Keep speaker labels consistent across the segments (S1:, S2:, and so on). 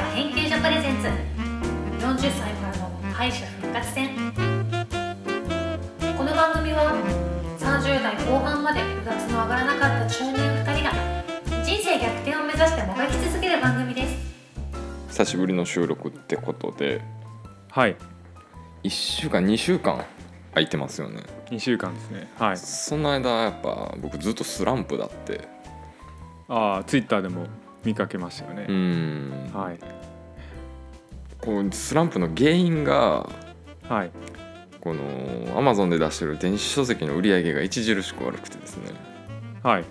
S1: プレゼンツ40歳からの敗者復活戦この番組は30代後半まで部活の上がらなかった中年2人が人生逆転を目指してもがき続ける番組です
S2: 久しぶりの収録ってことで
S3: はい
S2: 1週間2週間空いてますよね
S3: 2週間ですねはい
S2: その間やっぱ僕ずっとスランプだって
S3: ああツイッターでも見かけましたよ
S2: う
S3: ね、
S2: ん
S3: はい
S2: こうスランプの原因が
S3: はい
S2: このアマゾンで出してる電子書籍の売り上げが著しく悪くてですね
S3: はい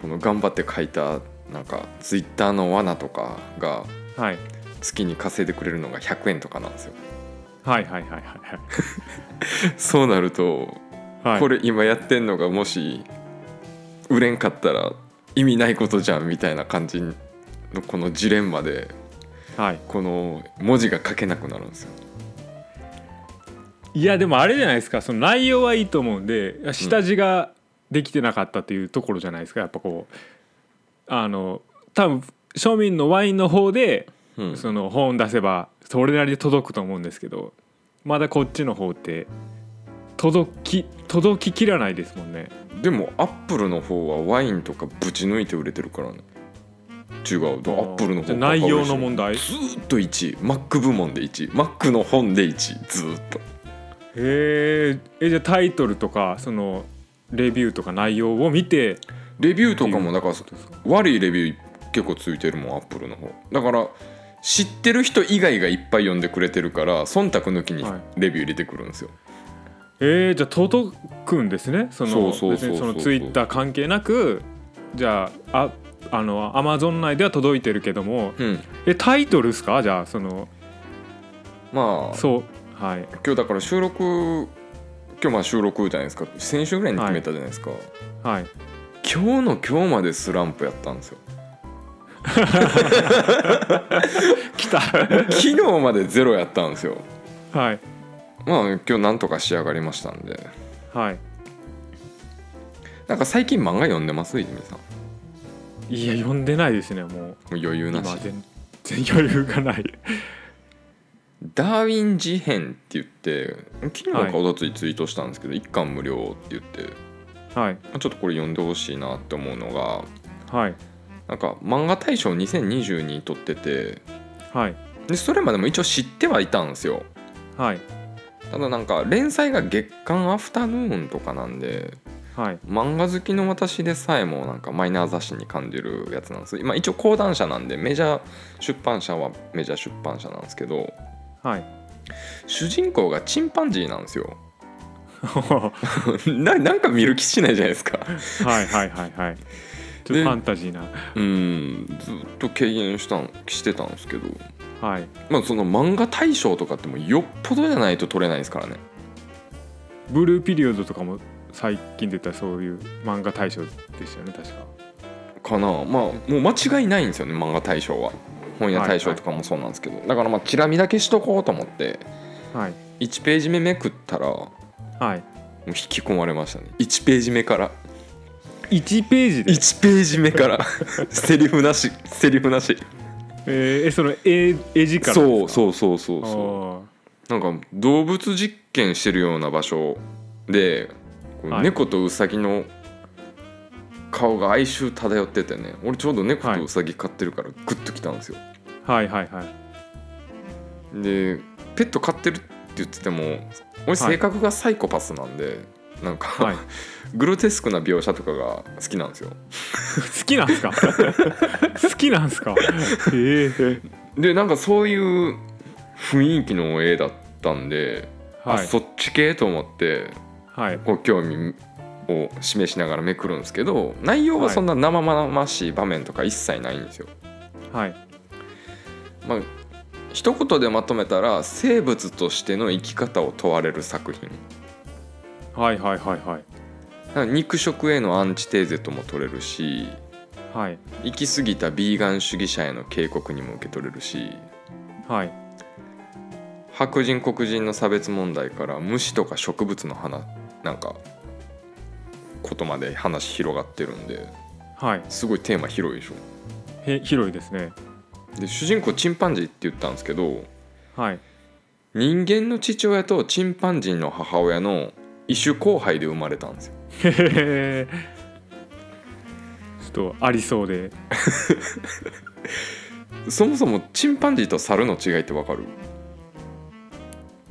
S2: この頑張って書いたなんかツイッターの罠とかが
S3: はい
S2: 月に稼いでくれるのが100円とかなんですよ
S3: はいはいはいはい
S2: そうなると
S3: はい
S2: これ今やってんのがもし売れんかったら意味ないことじゃんみたいな感じのこのジレンマで
S3: はい
S2: この文字が書けなくなるんですよ。
S3: いやでもあれじゃないですかその内容はいいと思うんで下地ができてなかったというところじゃないですかやっぱこうあの多分庶民のワインの方で
S2: うん
S3: その本出せばそれなりで届くと思うんですけどまだこっちの方って届き届ききらないですもんね
S2: でもアップルの方はワインとかぶち抜いて売れてるからね違うだアップルの方
S3: じゃあ内容の問
S2: 題
S3: 題
S2: ずーっと1位 Mac 部門で1位 Mac の本で1位ずーっと
S3: へーえじゃあタイトルとかそのレビューとか内容を見て
S2: レビューとかもだから
S3: どうですか
S2: 悪いレビュー結構ついてるもんアップルの方だから知ってる人以外がいっぱい読んでくれてるから忖度抜きに
S3: はい
S2: レビュー入れてくるんですよ、
S3: えー、じゃあ届くんですねそ
S2: そ
S3: の
S2: うそうそうそう
S3: 別にそのツイッター関係なくじゃあああのアマゾン内では届いてるけども
S2: うん
S3: えタイトルですかじゃあその
S2: まあ
S3: そうはい
S2: 今日だから収録今日まあ収録じゃないですか先週ぐらいに決めたじゃないですか、
S3: はい
S2: 今日の今日までスランプやったんですよ
S3: 来た
S2: 昨日までゼロやったんですよ
S3: はい
S2: まあ今日なんとか仕上がりましたんで
S3: はい
S2: なんか最近漫画読んでます泉さんも
S3: いや読んでないですねも
S2: う余
S3: う
S2: 裕
S3: 今
S2: なし
S3: 全全然余裕がない
S2: ダーウィン事変って言って昨日かおとついツイートしたんですけど、一巻無料って言って
S3: はい
S2: ちょっとこれ読んでほしいなって思うのが
S3: はい
S2: なんか漫画大賞2020に撮ってて
S3: はい
S2: でそれまでも一応知ってはいたんですよ
S3: はい
S2: ただなんか連載が月刊アフタヌーンとかなんで
S3: はい
S2: 漫画好きの私でさえもなんかマイナー雑誌に感じるやつなんです、まあ、一応講談社なんでメジャー出版社はメジャー出版社なんですけど
S3: はい
S2: 主人公がチンパンジーなんですよ ななんか見る気しないじゃないですか
S3: はいはいはいはい。ちょっ
S2: で
S3: とファンタジーな。
S2: うんずっと敬遠したんしてたんですけど
S3: はい。
S2: まあその漫画大賞とかってもうよっぽどじゃないと取れないですからね
S3: ブルーピリオドとかも最近出たそういう漫画大賞でしたよね確か。
S2: かなまあもう間違いないんですよね漫画大賞は本屋大賞とかもそうなんですけど、だからまあチラ見だけしとこうと思って
S3: はい
S2: 1ページ目めくったらも
S3: は
S2: う引き込まれましたね1ページ目から
S3: い。一ページで。
S2: 1ページ目 からセリフなしセリフなし
S3: えーえその絵絵字からです
S2: そ
S3: か。
S2: うそうそうそうそ
S3: あ
S2: うなんか動物実験してるような場所でこう
S3: はい
S2: 猫とウサギの顔が哀愁漂っててね俺ちょうど猫とウサギ飼ってるからグッときたんですよ
S3: ー。はいはいはい。
S2: でペット飼ってるって言ってても俺性格がサイコパスなんで、なんか、
S3: はい
S2: グロテスクな描写とかが好きなんですよ
S3: 好きなん すか。好きなんすか。ええ
S2: でなんかそういう雰囲気の絵だったんで、
S3: は
S2: あ
S3: い
S2: そっち系と思って
S3: はい
S2: こう興味を示しながらめくるんですけど内容はそんな生々しい場面とか一切ないんですよ。
S3: はい
S2: まあ一言でまとめたら生物としての生き方を問われる作品
S3: はいはいはいはい
S2: なんか肉食へのアンチテーゼとも取れるし
S3: はい
S2: 行き過ぎたビーガン主義者への警告にも受け取れるし
S3: はい
S2: 白人黒人の差別問題から虫とか植物の話なんかことまで話広がってるんで
S3: はい。
S2: すごいテーマ広いでしょ
S3: へ広いですね。
S2: で主人公チンパンジーって言ったんですけど
S3: はい
S2: 人間の父親とチンパンジーの母親の異種交配で生まれたんですよ
S3: へへへちょっとありそうで
S2: そもそもチンパンジーと猿の違いってわかる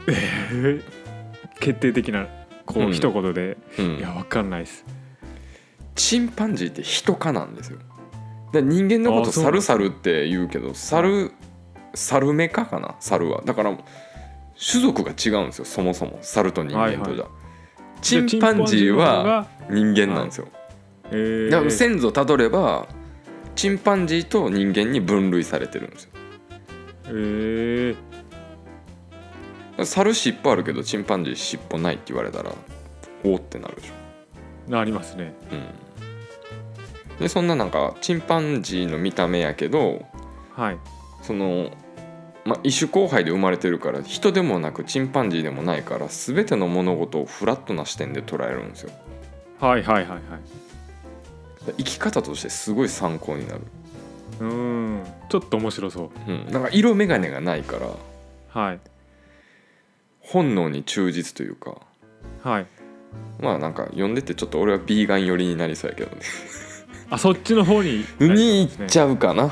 S3: え決定的なこう、
S2: うん
S3: 一言で、
S2: うん
S3: いやわかんないです
S2: チンパンジーって人科なんですよで人間のこ
S3: あ
S2: と
S3: そう
S2: サルサルって言うけどサルサルメカかなサルはだから種族が違うんですよそもそもサルと人間とじゃ、チンパンジーは人間なんですよ、
S3: えー、
S2: だから先祖たどればチンパンジーと人間に分類されてるんですよ
S3: えー、
S2: だからサル尻尾あるけどチンパンジー尻尾ないって言われたらおーってなるでしょ
S3: なりますね
S2: うん、でそんななんかチンパンジーの見た目やけど
S3: はい
S2: その、まあ、異種交配で生まれてるから人でもなくチンパンジーでもないから全ての物事をフラットな視点で捉えるんですよ
S3: はいはいはいはい
S2: だ生き方としてすごい参考になる、
S3: うーんちょっと面白そう
S2: うん、なんか色眼鏡がないから
S3: はい
S2: 本能に忠実というか
S3: はい
S2: まあなんか読んでてちょっと俺はビーガン寄りになりそうやけど ね
S3: あそっちの方に
S2: にいっち
S3: ゃ
S2: ゃうかな、
S3: あ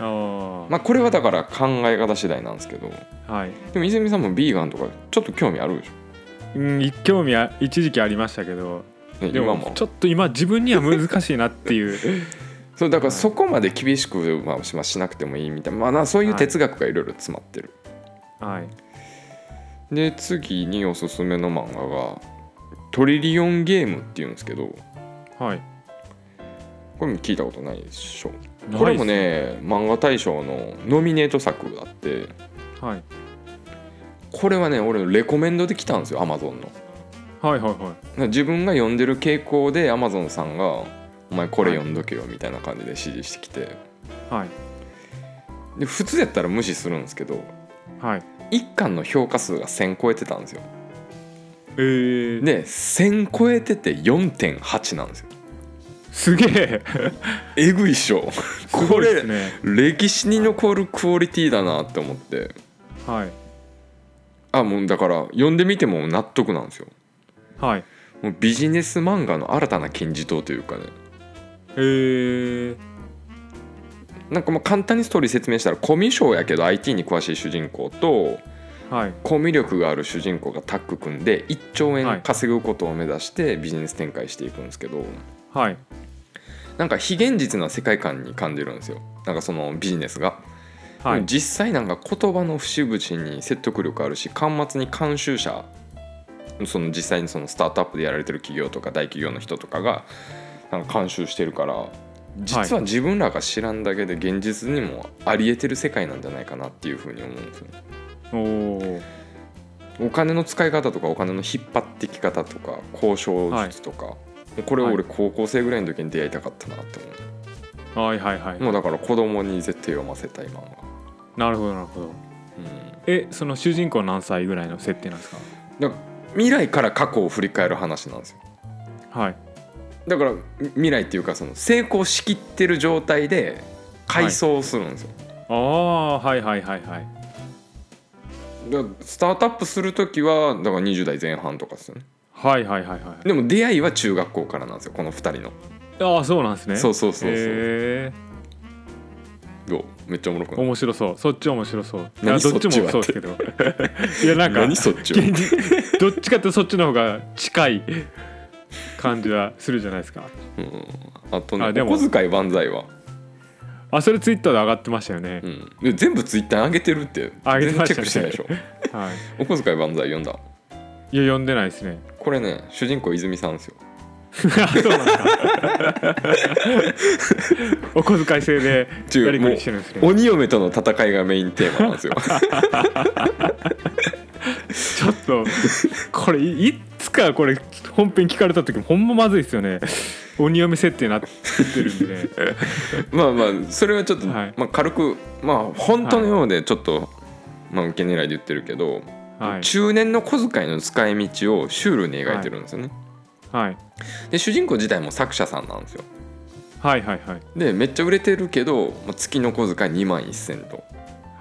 S3: ー、
S2: まあこれはだから考え方次第なんですけど
S3: はい、
S2: でも泉さんもビーガンとかちょっと興味あるでし
S3: うん、興味は一時期ありましたけど
S2: ょ、ね、
S3: で
S2: 今
S3: も
S2: も
S3: ちょっと今自分には難しいなっ ていう
S2: そうだからそこまで厳しく、まあ、しまあしなくてもいいみたいな,、まあ、なそういう哲学がいろいろ詰まってる、
S3: はい
S2: で次におすすめの漫画が「トリリオンゲーム」っていうんですけど
S3: はい
S2: これも聞いたことないでしょこれも
S3: ないっ
S2: ね漫画大賞のノミネート作があって
S3: すはい
S2: これはね俺のレコメンドで来たんですよアマゾンのだか
S3: はいはいはい
S2: ら自分が読んでる傾向でアマゾンさんが「お前これ読んどけよ」みたいな感じで指示してきて
S3: はい
S2: で普通やったら無視するんですけど
S3: はい
S2: 1巻の評価数が1,000超えてたんですよ
S3: えー、
S2: で1000超えてて4.8なんですよ
S3: すげえ
S2: えぐいっしょ
S3: す
S2: こ
S3: ごいで
S2: れ
S3: すね
S2: 歴史に残るクオリティだなって思って
S3: はい
S2: あもうだから読んでみても納得なんですよ
S3: はい
S2: もうビジネス漫画の新たな金字塔というかね
S3: えー、
S2: なんかもう簡単にストーリー説明したらコミュ障やけど IT に詳しい主人公と
S3: はい
S2: コミュ力がある主人公がタッグ組んで1兆円稼ぐことを目指してビジネス展開していくんですけど、
S3: はい
S2: なんか非現実な世界観に感じるんですよなんかそのビジネスが。
S3: は
S2: でも
S3: い
S2: 実際なんか言葉の節々に説得力あるし端末に監修者その実際にそのスタートアップでやられてる企業とか大企業の人とかがなんか監修してるから実は自分らが知らんだけで現実にもありえてる世界なんじゃないかなっていうふうに思うんですよね。
S3: おお
S2: お金の使い方とかお金の引っ張ってき方とか交渉術とか、もうこれ
S3: はい
S2: 俺高校生ぐらいの時に出会いたかったなって思う、
S3: はいはいはい
S2: もうだから子供に絶対読ませたい漫画。
S3: なるほどなるほど
S2: うん
S3: えその主人公何歳ぐらいの設定なんですか
S2: だから未来から過去を振り返る話なんですよ
S3: はい
S2: だからみ未来っていうかその成功しきってる状態で回想するんですよ、
S3: ああはいはいはいはい
S2: だからスタートアップする時はだから20代前半とかですよね
S3: はいはいはいはい
S2: でも出会いは中学校からなんですよこの2人の
S3: ああそうなんですね
S2: そう
S3: そ
S2: そうそうそう、
S3: へ
S2: どうめっちゃおもろく
S3: え
S2: ない
S3: 面白そうそっち面白そういや
S2: 何
S3: どっちも
S2: そっちは
S3: そうですけどいやなんか
S2: 何そっちは
S3: 現実 どっちかってそっちの方が近い感じはするじゃないですか
S2: うんあとね
S3: あでも
S2: お小遣い万歳は、
S3: あそれツイッターで上がってましたよね
S2: う、ん、で全部ツイッター上げてるって
S3: 上
S2: 全
S3: げて
S2: 然
S3: ま
S2: チ
S3: し
S2: ェック
S3: たね
S2: してないでしょ
S3: はい
S2: お小遣い万歳読んだ
S3: いや読んでないですね
S2: これね主人公泉さんですよ
S3: あそ うなんだお小遣い制で
S2: 違う
S3: やりくりしてるんですね
S2: 鬼嫁との戦いがメインテーマなん ですよ
S3: ちょっとこれいいつかこれ本編聞かれた時もほんままずいですよね鬼嫁設定になってるんでね
S2: まあまあそれはちょっと、
S3: はい
S2: まあ、軽くまあ本当のようでちょっと、まあ、受け狙いで言ってるけど、
S3: はい
S2: 中年の小遣いの使い道をシュールに描いてるんですよね、
S3: はい
S2: で主人公自体も作者さんなんですよ
S3: はいはいはい
S2: でめっちゃ売れてるけどまあ月の小遣い2万1,000と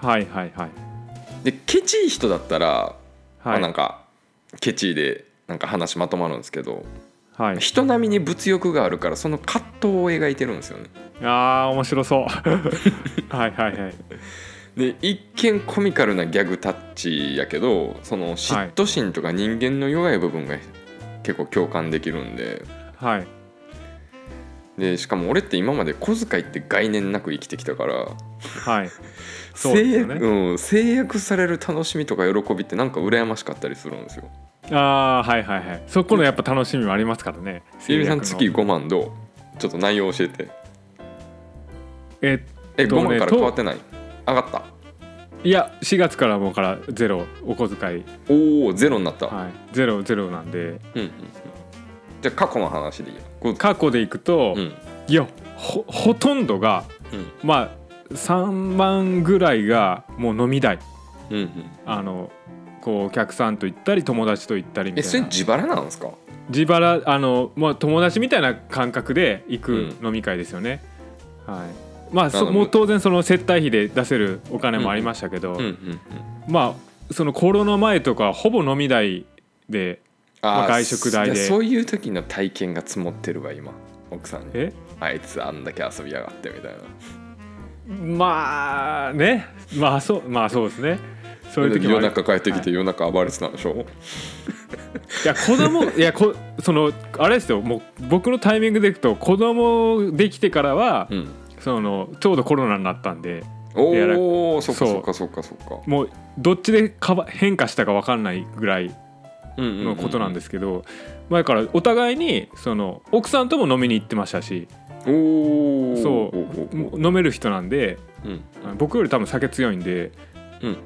S3: はいはいはい
S2: でケチい人だったら、まあ
S3: はい
S2: なんかケチでなんか話まとまるんですけど
S3: はい
S2: 人並みに物欲があるからその葛藤を描いてるんですよね
S3: あー面白そう はいはいはい
S2: で一見コミカルなギャグタッチやけどその嫉妬心とか人間の弱い部分が結構共感できるんで
S3: はい
S2: でしかも俺って今まで小遣いって概念なく生きてきたから、
S3: はいそうです
S2: 制
S3: よ
S2: 約
S3: ね
S2: うん、制約される楽しみとか喜びってなんか羨ましかったりするんですよ。
S3: あーはいはいはいそこのやっぱ楽しみもありますからね
S2: ゆみさん
S3: 制
S2: 月
S3: 約の
S2: 5万どうちょっと内容教えて。
S3: え
S2: え
S3: ど
S2: 5
S3: うね
S2: 万から
S3: と
S2: 変わってない上がった
S3: いや4月からもうからゼロお小遣い、
S2: おおゼロになった、
S3: はい、ゼロゼロなんで
S2: うんうんうん、じゃあ過去の話でいいやこう
S3: 過去でいくと、
S2: うん
S3: いやほほとんどが
S2: うん
S3: まあ3万ぐらいがもう飲み代
S2: うんうん
S3: あのこうお客さんと行ったり友達と行ったりみ
S2: え
S3: た
S2: そ
S3: い
S2: れ
S3: な
S2: 自腹なんですか
S3: 自腹あの、まあ、友達みたいな感覚で行く
S2: う
S3: 飲み会ですよね、はいまあ
S2: あ
S3: そ
S2: の
S3: もう当然その接待費で出せるお金もありましたけど、
S2: うんうんうん
S3: まあそのコロナ前とかほぼ飲み代でまあ
S2: ー
S3: 外食代で
S2: いやそういう時の体験が積もってるわ今奥さんに
S3: え
S2: あいつあんだけ遊びやがってみたいな
S3: まあねまあそうまあそうですねそういう時もあ
S2: 夜
S3: る
S2: 中帰ってき
S3: は
S2: て夜中暴れてたんでしょ、
S3: いや子供いやこそのあれですよもう僕のタイミングでいくと子供できてからは、
S2: うん
S3: そのちょうどコロナになったんでいや
S2: おおそっかそ
S3: そう
S2: っかそっかそっか
S3: もうどっちでかわ変化したか分かんないぐらいの
S2: の
S3: ことなんですすけど、前からお互いにその奥さんとも飲みに行ってましたし
S2: おー
S3: そう
S2: おーおー
S3: もう飲める人なんで
S2: うん
S3: あの僕より多分酒強いんで
S2: うんうん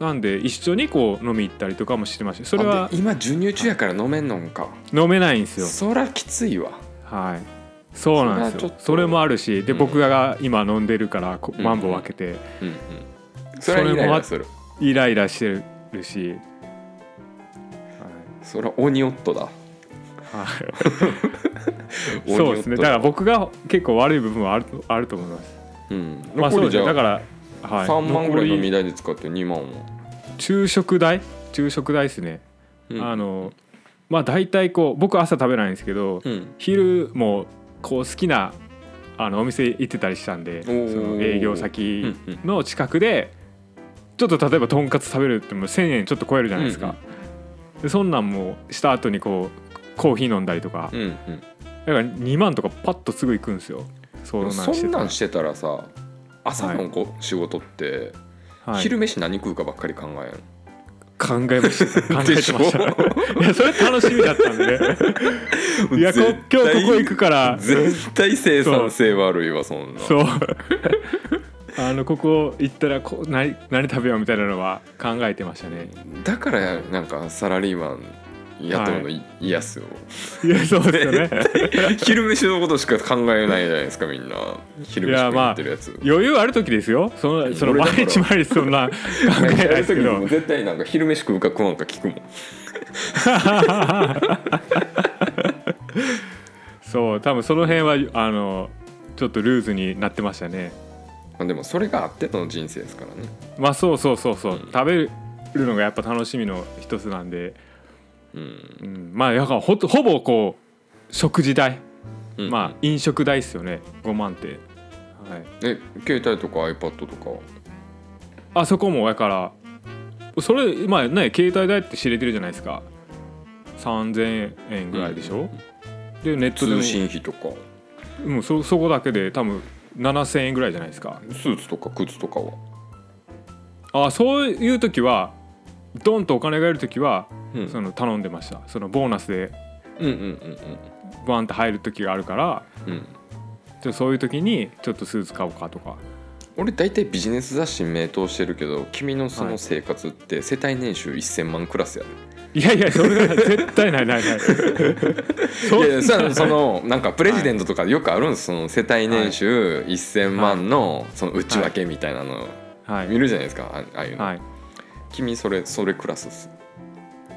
S3: なんで一緒にこう飲み行ったりとかもしてましたしそ
S2: そ
S3: れは
S2: 今授乳中やから飲めんのんか
S3: 飲めないんですよ
S2: そらきついわ
S3: はい。そうなん
S2: それは
S3: ですよ
S2: ちょっと
S3: それもあるしで、
S2: うん
S3: 僕が今飲んでるからこ
S2: うん
S3: マンボウ開けて
S2: うんうんそれはイライラする
S3: イライラしてるし、はい
S2: それは鬼夫だ
S3: はい、
S2: 鬼夫
S3: そうですねだから僕が結構悪い部分はあるあると思います、
S2: うん
S3: ま
S2: 残
S3: あ、そう
S2: り
S3: で
S2: じ
S3: すね
S2: ゃ
S3: だ
S2: あ
S3: から、はい、
S2: 3万ぐらい飲み
S3: 残
S2: 代で使って2万も
S3: り昼食代昼食代ですね、
S2: うん
S3: あのまあ大体こう僕朝食べないんですけど、
S2: うん
S3: 昼もこう好きなあのお店行ってたりしたんでそ
S2: ー
S3: の営業先の近くでちょっと例えばとんかつ食べるっても1,000円ちょっと超えるじゃないです
S2: うん
S3: か、でそんなんもした後にこうコーヒー飲んだりとか、
S2: うんうん
S3: だから2万とかパッとすぐ行くんですよそ
S2: でも
S3: う
S2: そん
S3: た
S2: な
S3: ら
S2: んしてたらさ朝のこう仕事って
S3: はい
S2: 昼飯何食うかばっかり考える
S3: 考えました考えてま
S2: でしょ
S3: したいやそれ楽しみだったんでね いやこ今日ここ行くから
S2: 絶対生産性悪いわそんな
S3: そう あのここ行ったらこ何何食べようみたいなのは考えてましたね
S2: だからなんかサラリーマン雇うのい嫌っすよ、
S3: いやそうですよね
S2: 昼飯のことしか考えないじゃないですかみんな昼飯食いに行ってるやつ、
S3: 余裕ある時ですよそのその
S2: 俺だから
S3: 毎日毎日そ んな考え
S2: なんか
S3: ない
S2: や
S3: で
S2: る時
S3: すけ
S2: に
S3: ど
S2: も絶対なんか昼飯食うか食わんか聞くもん
S3: そう多分その辺はあのちょっとルーズになってましたね
S2: まあでもそれがあっての人生ですからね
S3: まあそうそうそうそう、
S2: うん
S3: 食べるのがやっぱ楽しみの一つなんで、
S2: うん
S3: うん、まあだからほとほぼこう食事代、
S2: うん
S3: まあ飲食代ですよね5万って、はい、
S2: え携帯とか iPad とか
S3: あそこもだからそれまあね携帯代って知れてるじゃないですか3,000円ぐらいでしょ、でネットでも
S2: 通信費とか
S3: うん、そそこだけで多分7,000円ぐらいじゃないですか
S2: スーツとか靴とかは
S3: あそういう時はドンとお金がいる時は、
S2: うん
S3: その頼んでましたそのボーナスで
S2: うんうんうん
S3: バンって入る時があるから
S2: うんうん
S3: ちょそういう時にちょっとスーツ買おうかとか
S2: 俺大体ビジネス雑誌名通してるけど君のそ
S3: は
S2: の
S3: い
S2: 生活って世帯年収1000万クラスやで、
S3: いやいやそれは絶対ないない ない
S2: い
S3: そ
S2: やいやそのそのなんかプレジデントとかよくあるんですその世帯年収1000万のその内訳みたいなの
S3: はい
S2: 見るじゃないですかあああいうの、
S3: はい
S2: 君それそれクラスっす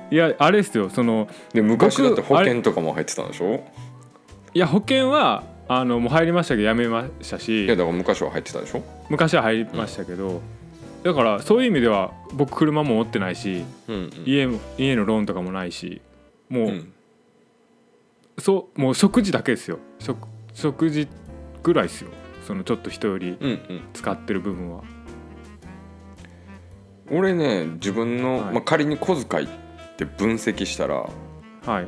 S3: いやあれですよその
S2: で昔だって
S3: 僕
S2: 保険とかも入ってたんでしょ
S3: いや保険はあのもう入りましたけどやめました
S2: いや
S3: し
S2: だから昔は入ってたでしょ
S3: 昔は入りましたけど、だからそういう意味では僕車も持ってないし
S2: うんうん
S3: 家も家のローンとかもないしもう,、
S2: うん
S3: そうもう食事だけですよ食食事ぐらいですよそのちょっと人より
S2: うんうん
S3: 使ってる部分は、
S2: 俺ね自分の、
S3: はい
S2: まあ、仮に小遣いって分析したら
S3: はい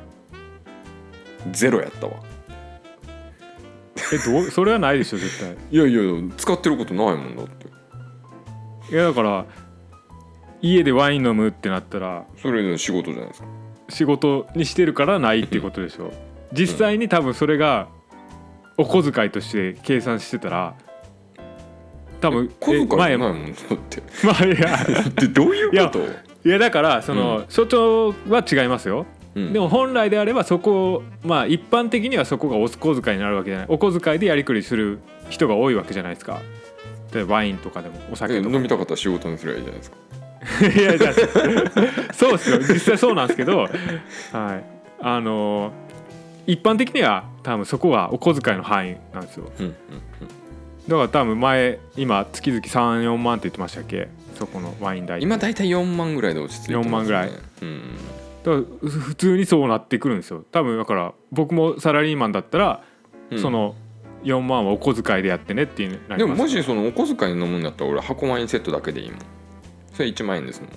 S2: ゼロやったわ
S3: えどうそれはないでしょ絶対
S2: いやいやいや使ってることないもんだって
S3: いやだから家でワイン飲むってなったら
S2: それの仕事じゃないですか
S3: 仕事にしてるからないっていうことでしょ実際に多分それがお小遣いとして計算してたら多分
S2: 小遣い
S3: え
S2: じゃない
S3: 前
S2: も
S3: も
S2: んだって
S3: まあいや
S2: でどういうこと
S3: いやだからその、所長は違いますよ、
S2: うん
S3: でも本来であればそこをまあ一般的にはそこがお小遣いになるわけじゃないお小遣いでやりくりする人が多いわけじゃないですか例えばワインとかでもお
S2: え
S3: 酒とか
S2: 飲みたかったら仕事にすればいいじゃないですか
S3: いやいやそうですよ実際そうなんですけど、はい、あの一般的には多分そこはお小遣いの範囲なんですよ
S2: うんうん
S3: だから多分前今月々34万って言ってましたっけそこのワイン代
S2: 今大体4万ぐらいで落ち着いてますね
S3: 4万ぐらい
S2: うん
S3: だからふ普通にそうなってくるんですよ多分だから僕もサラリーマンだったら、
S2: うん
S3: その4万はお小遣いでやってねっていうなります
S2: でももしそのお小遣いで飲むんだったら俺箱ワインセットだけでいいもんそれ1万円ですもん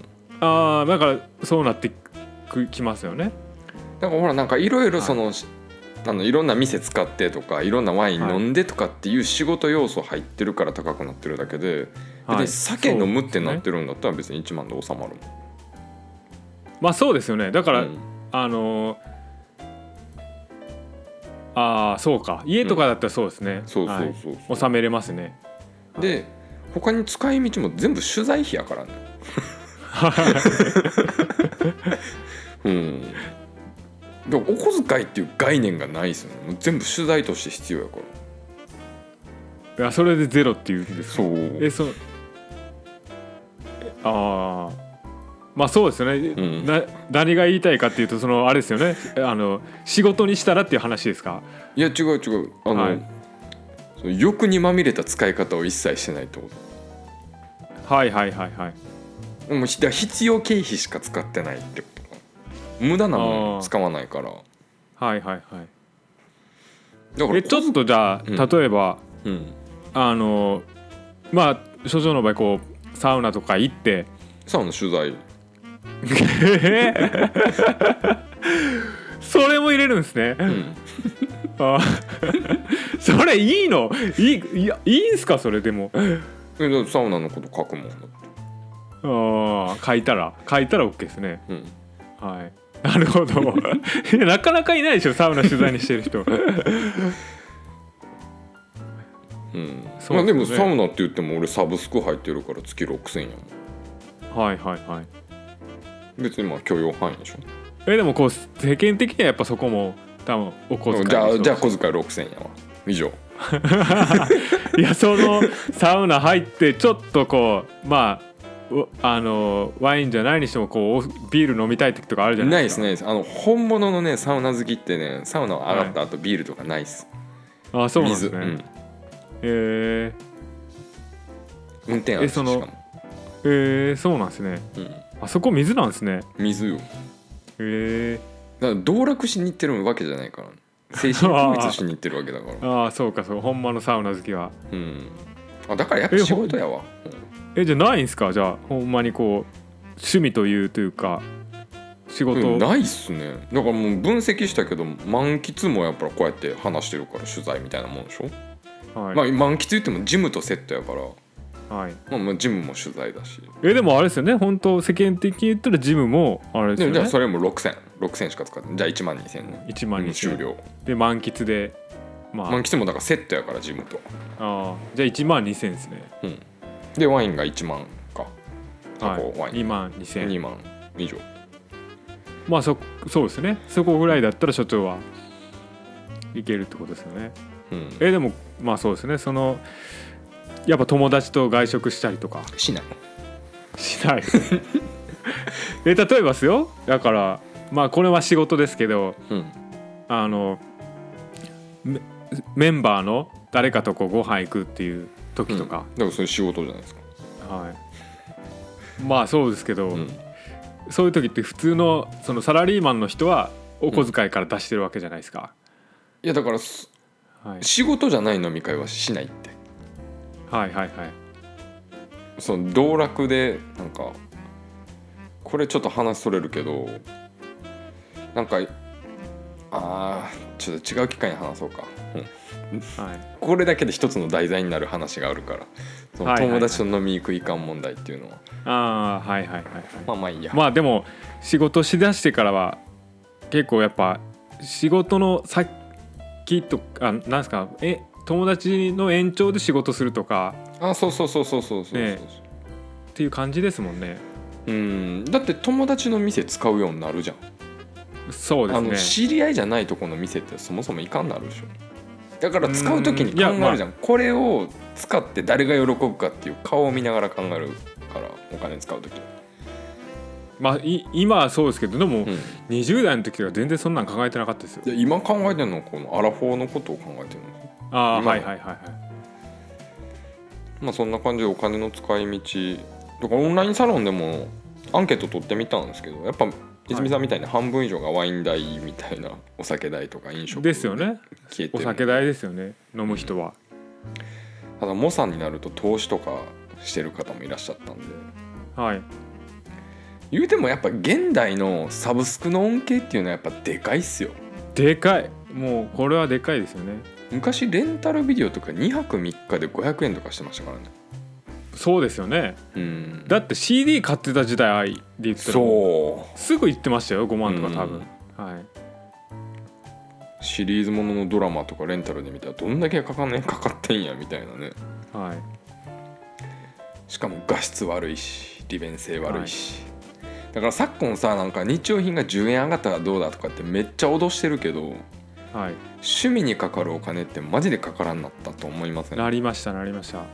S3: ああだからそうなってくきますよね
S2: だからほらなんかいろいろその、しあのいろんな店使ってとかいろんなワイン飲んでとかっていう仕事要素入ってるから高くなってるだけで、
S3: はい
S2: で酒飲むってな
S3: そ
S2: っ
S3: うですね
S2: てるんだったら別に1万で収まるもん
S3: まあそうですよねだから、
S2: うん
S3: あのーああそうか家とかだったらそうですね、
S2: そうそ
S3: は
S2: う
S3: い
S2: そう
S3: 収めれますね
S2: で他に使い道も全部取材費やからねうんでもお小遣いっていう概念がないですよねもう全部取材として必要やから
S3: いやそれでゼロっていうんです
S2: そう
S3: かえそのえああまあそうですよね、
S2: ん
S3: な何が言いたいかっていうとそのあれですよねあの仕事にしたらっていう話ですか
S2: いや違う違うあの、
S3: はい
S2: その欲にまみれた使い方を一切してないってこ
S3: はいはいはいはい
S2: ともうひだから必要経費しか使ってないってことか無駄なも
S3: あ
S2: の
S3: ー
S2: 使わないから
S3: はいはいはい
S2: だから
S3: えちょっとじゃあ、
S2: うん
S3: 例えば
S2: うん、
S3: あのまあ所長の場合こうサウナとか行って
S2: サウナ取材
S3: えーそれも入れるんですね。
S2: うん
S3: あ ーそれいいのいいいやいいんすかそれでも。
S2: えだってサウナのこと書くもんだって
S3: ああ書いたら書いたら OK ですね。
S2: うん
S3: はい。なるほど。 いやなかなかいないでしょサウナ取材にしてる人。
S2: うん
S3: そう
S2: まあでも
S3: ですね
S2: サウナって言っても俺サブスク入ってるから月6000円やも
S3: はいはいはい。
S2: ん別にまあ許容範囲でしょ
S3: えでもこう世間的にはやっぱそこも多分お小遣いでし
S2: じゃ
S3: ょ
S2: あじゃあ小遣い6000円やわ以上
S3: いやそのサウナ入ってちょっとこうまあうあのワインじゃないにしてもこうおビール飲みたい時とかあるじゃな
S2: ないいで
S3: で
S2: すす
S3: か
S2: ないですあの本物のねサウナ好きってねサウナ上がった後ビールとかないっす、
S3: あそうなんです
S2: 水、
S3: ね、
S2: うん
S3: え
S2: 運転あるし
S3: えその
S2: しかも、
S3: ー、えー、そうなんですね
S2: うん、
S3: あそこ水なんですね
S2: 水よだか
S3: え
S2: ら道楽しに行ってるわけじゃないから精神統一しに行ってるわけだ から
S3: ー、ああそうかそうほんまのサウナ好きは
S2: うんあだからやっぱ仕事やわ、
S3: えじゃあないんすかじゃあほんまにこう趣味というというか仕
S2: うん
S3: 事、
S2: うんないっすねだからもう分析したけど満喫もやっぱこうやって話してるから取材みたいなもんでしょ
S3: はい、
S2: まあ、満喫言ってもジムとセットやから、
S3: はい、
S2: まあ、まあジムも取材だし
S3: えでもあれですよね本当世間的に言ったらジムもあれです
S2: で
S3: よ
S2: もじゃあ
S3: ね
S2: それも60006000しか使ってじゃあ1万2000ね
S3: 1万
S2: うん
S3: 2000
S2: 終了
S3: で満喫でまあ
S2: 満喫もだからセットやからジムと
S3: ああじゃあ1万2000ですね
S2: でワインが1万か
S3: は
S2: 箱ワ
S3: い
S2: イ
S3: 2
S2: ン
S3: 万2000
S2: 2万以上
S3: まあそそうですねそこぐらいだったら所長はいけるってことですよね
S2: うん
S3: えでもまあそうですねそのやっぱ友達と外食したりとか
S2: しない
S3: し ないえ例えばですよだからまあこれは仕事ですけど
S2: うん
S3: あのめメンバーの誰かとこうご飯行くっていう時とか、
S2: だからそれ仕事じゃないですか、
S3: はい、まあそうですけど、
S2: うん
S3: そういう時って普通のそのサラリーマンの人はお小遣いから出してるわけじゃないですか、
S2: いやだからす
S3: はい、
S2: 仕事じゃない飲み会はしないって
S3: はいはいはい
S2: その道楽でなんかこれちょっと話それるけどなんかあーちょっと違う機会に話そうか、うん
S3: はい
S2: これだけで一つの題材になる話があるからその
S3: はいはい
S2: 友
S3: はい
S2: 達と飲み行くいかん問題っていうのは、
S3: ああはいはいはいはい
S2: まあまあいいや、
S3: まあでも仕事しだしてからは結構やっぱ仕事の先とかなんですかえ友達の延長で仕事するとか
S2: ああそうそうそうそうそうそうそう、
S3: ねっていう感じですもんね
S2: うんだって友達の店使うようになるじゃん、
S3: そう
S2: あの
S3: ですね
S2: 知り合いじゃないとこの店ってそもそもいかんなるでしょだから使う時に
S3: うんい
S2: 考
S3: や
S2: えるじゃん、これを使って誰が喜ぶかっていう顔を見ながら考えるからお金使う時、
S3: まあい今はそうですけどで
S2: うん、
S3: も
S2: い
S3: 20代の時とか全然そんなん考えてなかったですよ
S2: や今考えてるのはこのアラフォーのことを考えてるの
S3: ああ
S2: 今は
S3: はいはいはいはい
S2: まあそんな感じでお金の使い道だからオンラインサロンでもアンケート取ってみたんですけどやっぱ泉さんみたいに半分以上がワイン代みたいなお酒代とか飲食
S3: ですよね
S2: 消えて
S3: お
S2: る
S3: 酒代ですよね飲む人は、
S2: ただ猛者になると投資とかしてる方もいらっしゃったんで
S3: はい
S2: 言うてもやっぱ現代のサブスクの恩恵っていうのはやっぱでかいっすよ
S3: でかいもうこれはでかいですよね
S2: 昔レンタルビデオとか2泊3日で500円とかしてましたからね
S3: そうですよね
S2: うん
S3: だって CD 買ってた時代で言ったら
S2: そ
S3: すぐ行ってましたよ5万とか多分、は
S2: うシリーズもののドラマとかレンタルで見たらどんだけかかんねかかってんやみたいなね
S3: いはい
S2: しかも画質悪いし利便性悪いし、だから昨今さなんか日用品が10円上がったらどうだとかってめっちゃ脅してるけど
S3: はい
S2: 趣味にかかるお金ってマジでかからんなったと思いますね
S3: なりましたなりました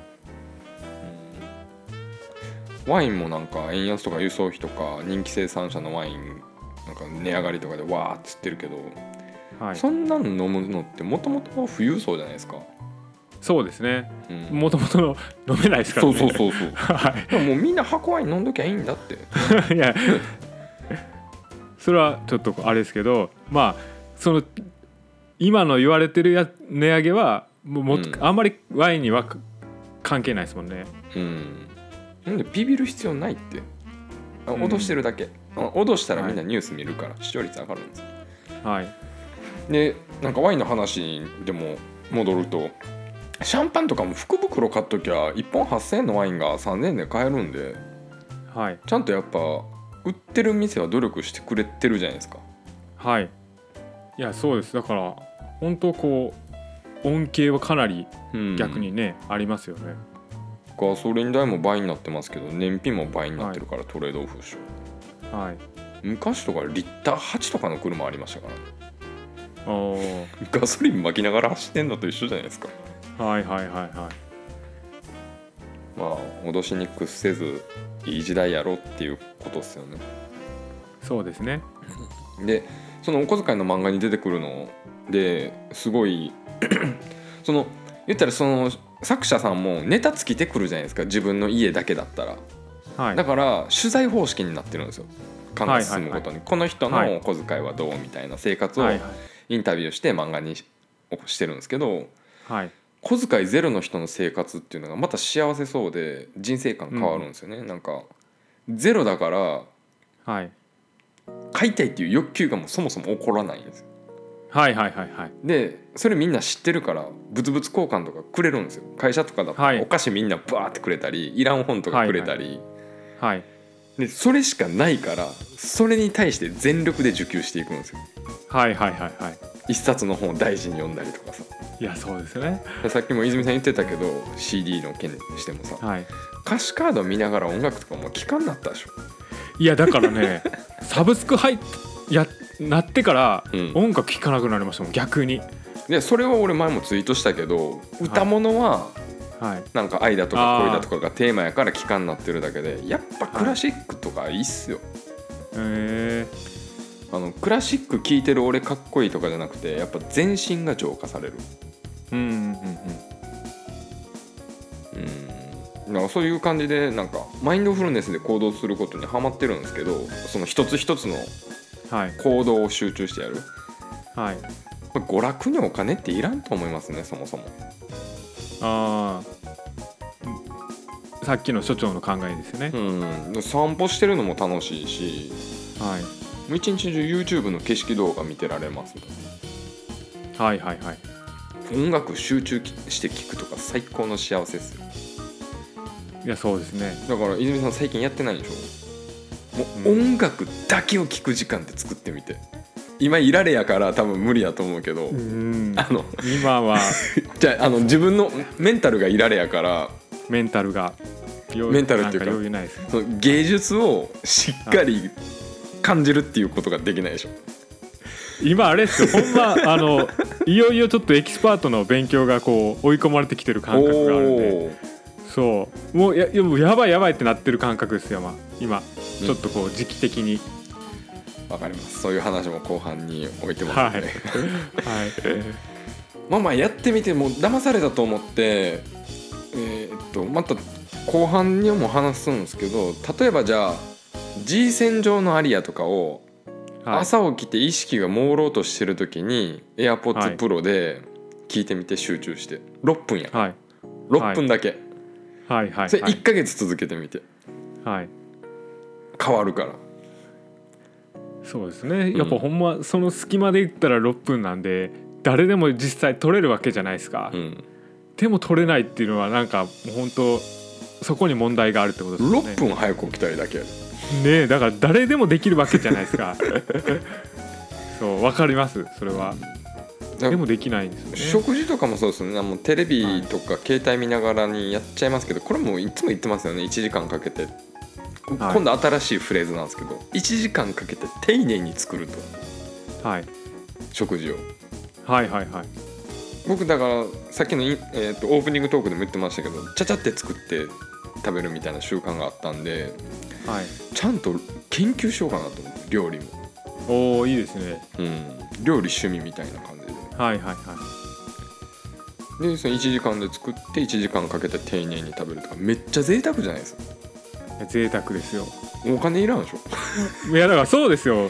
S2: ワインもなんか円安とか輸送費とか人気生産者のワインなんか値上がりとかでわーっつってるけど、
S3: はいそ
S2: そんなん飲むのってもともと富裕層じゃないですか、
S3: うですね
S2: うん
S3: もともとの飲めないですから
S2: そう
S3: ね
S2: そうそうそう
S3: は
S2: でももうみんな箱ワイン飲んどきゃいいんだって
S3: いいやそれはちょっとあれですけどまあその今の言われてるや値上げはもうもっと
S2: うん
S3: あんまりワインにはか関係ないですもんね
S2: うん、なんでビビる必要ないってあ
S3: うん
S2: 脅してるだけ、あ脅したらみんなニュース見るから視聴率上がるんですよ
S3: はい
S2: でなんかワインの話でも戻るとシャンパンとかも福袋買っときゃ1本8,000円のワインが3,000円で買えるんで
S3: はい
S2: ちゃんとやっぱ売ってる店は努力してくれてるじゃないですか
S3: はいいやそうですだから本当こう恩恵はかなり逆にね、ありますよね
S2: ガソリン代も倍になってますけど燃費も倍になってるからトレードオフでしょ、
S3: はい
S2: 昔とかリッター8とかの車ありましたからね
S3: おー
S2: ガソリン巻きながら走ってんのと一緒じゃないですか
S3: はいはいはいはい
S2: まあ脅しに屈せずいい時代やろうっていうことですよね
S3: そうですね
S2: でそのお小遣いの漫画に出てくるのですごい その言ったらその作者さんもネタ尽きてくるじゃないですか自分の家だけだったら
S3: はい
S2: だから取材方式になってるんですよ考え進むごとに、この人
S3: はい
S2: のお小遣いはどうみたいな生活を
S3: はいはい
S2: インタビューして漫画にししてるんですけど
S3: はい
S2: 小遣いゼロの人の生活っていうのがまた幸せそうで人生観変わるんですよね、なんかゼロだから
S3: はい
S2: 買いたいっていう欲求がもうそもそも起こらないんですよ
S3: はいはいはいはい
S2: でそれみんな知ってるから物々交換とかくれるんですよ会社とかだと
S3: はい
S2: お菓子みんなバーってくれたりいらん本とかくれたり、
S3: はい
S2: でそれしかないからそれに対して全力で受給していくんですよ
S3: はいはいはいはい
S2: 一冊の本を大事に読んだりとかさ
S3: いやそうですね
S2: でさっきも泉さん言ってたけど CD の件にしてもさ
S3: はい
S2: 歌詞カード見ながら音楽とかも聴かんなったでしょ
S3: いやだから ねサブスク入っやなってから
S2: うん
S3: 音楽聴かなくなりましたもん逆に
S2: でそれは俺前もツイートしたけど歌物は
S3: はい
S2: なんか愛だとか
S3: あー
S2: 恋だとかがテーマやから期間になってるだけでやっぱクラシックとかいいっすよ、
S3: え
S2: あのクラシック聴いてる俺かっこいいとかじゃなくてやっぱ全身が浄化される
S3: うんうんうん
S2: うんなんかそういう感じでなんかマインドフルネスで行動することにはまってるんですけどその一つ一つの
S3: うんはい
S2: 行動を集中してやる
S3: はい
S2: これ娯楽にお金っていらんと思いますねそもそも
S3: ああさっきの所長の考えですよね、
S2: うん散歩してるのも楽しいし
S3: はい、
S2: もう一日中 YouTube の景色動画見てられます
S3: はいはいはい
S2: 音楽集中して聴くとか最高の幸せですよ
S3: いやそうですね
S2: だから泉さん最近やってないでしょもう
S3: うん
S2: 音楽だけを聴く時間って作ってみて今いられやから多分無理やと思うけど、
S3: うん
S2: あの
S3: 今は
S2: じゃああの自分のメンタルがいられやから
S3: メンタルがよ
S2: メンタルっていうか
S3: なん余裕ないですね
S2: その芸術をしっかり感じるっていうことができないでしょ
S3: 今あれですよほ んまあのいよいよちょっとエキスパートの勉強がこう追い込まれてきてる感覚があるんで
S2: おー
S3: そうもうややもうやばいやばいってなってる感覚ですよ、まあ、今ちょっとこう時期的に、
S2: わかりますそういう話も後半に置いてます
S3: はい
S2: ね、
S3: はい
S2: まあまあやってみてもう騙されたと思ってえーっとまた後半にも話すんですけど例えばじゃあ G 線上のアリアとかを
S3: はい
S2: 朝起きて意識が朦朧としてる時に AirPods Pro で聞いてみて集中して6分や
S3: はい
S2: 6分だけ、
S3: はいはい
S2: それ
S3: はい
S2: 1ヶ月続けてみて
S3: はい
S2: 変わるから
S3: そうですねやっぱほんまその隙間で言ったら6分なんで誰でも実際取れるわけじゃないですか、
S2: うん
S3: でも取れないっていうのはなんかもう本当そこに問題があるってことですよね
S2: 6分早く起きたいだけやで
S3: ねえだから誰でもできるわけじゃないですかそうわかりますそれは
S2: だか
S3: で
S2: ら
S3: もできないんですよね
S2: 食事とかもそうですねもうテレビとか携帯見ながらにやっちゃいますけどこれもいつも言ってますよね1時間かけて、こ
S3: はい
S2: 今度新しいフレーズなんですけど1時間かけて丁寧に作ると
S3: はい
S2: 食事を
S3: はいはいはい
S2: 僕だからさっきのイン、えーとオープニングトークでも言ってましたけどちゃちゃって作って食べるみたいな習慣があったんで
S3: はい
S2: ちゃんと研究しようかなと思って料理も、
S3: おおいいですね
S2: うん、料理趣味みたいな感じで
S3: はいはいは
S2: でその1時間で作って1時間かけて丁寧に食べるとかめっちゃ贅沢じゃないですか
S3: い贅沢ですよ
S2: お金いらんでしょ
S3: いやだからそうですよ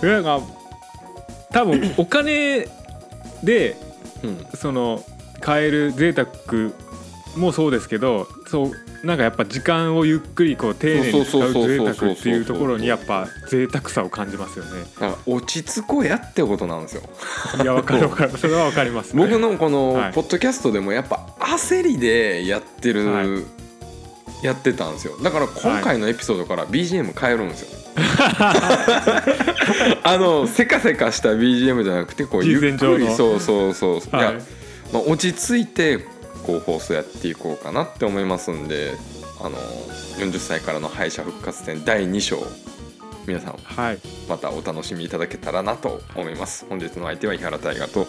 S3: いやだから多分お金で
S2: うん
S3: その買える贅沢もそうですけどそうなんかやっぱ時間をゆっくりこう丁寧に使
S2: そう
S3: う
S2: そうそう
S3: 贅
S2: そうそう
S3: 沢っていうところにやっぱ贅沢さを感じますよね
S2: だから落ち着こうやってことなんですよ
S3: いやわかるわかるそれはわかります
S2: 僕のこの
S3: はい
S2: ポッドキャストでもやっぱ焦りでやってる、
S3: はい
S2: やってたんですよだから今回のエピソードから BGM 変えるんですよ、 あのせかせかした BGM じゃなくてこうゆっ
S3: 人選
S2: く
S3: 上
S2: り
S3: の
S2: そうそうそう、い
S3: はい
S2: やまあ、落ち着いてこう放送やっていこうかなって思いますんであの40歳からの敗者復活戦第2章皆さん
S3: はい
S2: またお楽しみいただけたらなと思います本日の相手は井原大河と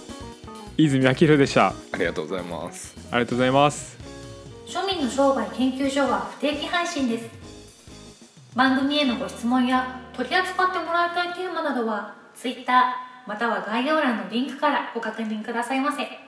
S3: 泉明宏でしたあ
S2: ありがとうございます
S3: りがとうございます
S1: 庶民の商売研究所は不定期配信です番組へのご質問や取り扱ってもらいたいテーマなどは Twitter または概要欄のリンクからご確認くださいませ。